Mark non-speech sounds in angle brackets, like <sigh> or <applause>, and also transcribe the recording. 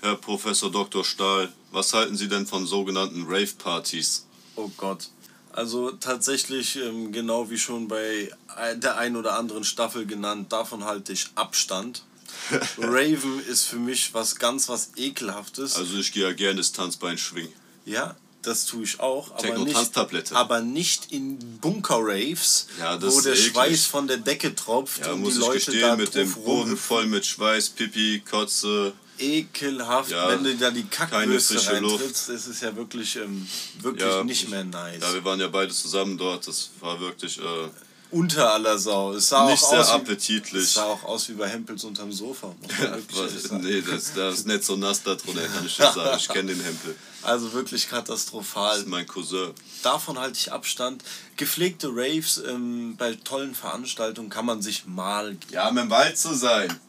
Herr Professor Dr. Stahl, was halten Sie denn von sogenannten Rave-Partys? Oh Gott. Also tatsächlich, ähm, genau wie schon bei der ein oder anderen Staffel genannt, davon halte ich <laughs> Abstand. Raven ist für mich was ganz was ekelhaftes. Also ich gehe ja gerne das Tanzbein schwingen. Ja, das tue ich auch, aber nicht, Techno-Tanztablette. aber nicht in Bunker-Raves, Ja, das wo ist der eklig. Schweiß von der Decke tropft Ja, und muss die ich Leute da gestehen, mit dem drauf Boden rum. voll mit Schweiß, Pipi, Kotze. Ekelhaft, Ja, wenn du da die Kackbürste frische Luft. reintrittst, das ist ja wirklich, ähm, wirklich Ja, nicht mehr nice. Ja, wir waren ja beide zusammen dort. Das war wirklich äh, Unter aller Sau. Es sah nicht auch sehr aus Wie, es appetitlich. sah auch aus wie bei Hempels unterm Sofa. muss man wirklich ehrlich Was, sagen. nee, das, da ist nicht so nass da drunter, kann ich <laughs> nicht sagen. Ich kenne den Hempel. Also wirklich Das katastrophal. ist mein Cousin. Davon halte ich Abstand. Gepflegte Raves ähm, bei tollen Veranstaltungen kann man sich mal Ja, um im Wald zu sein.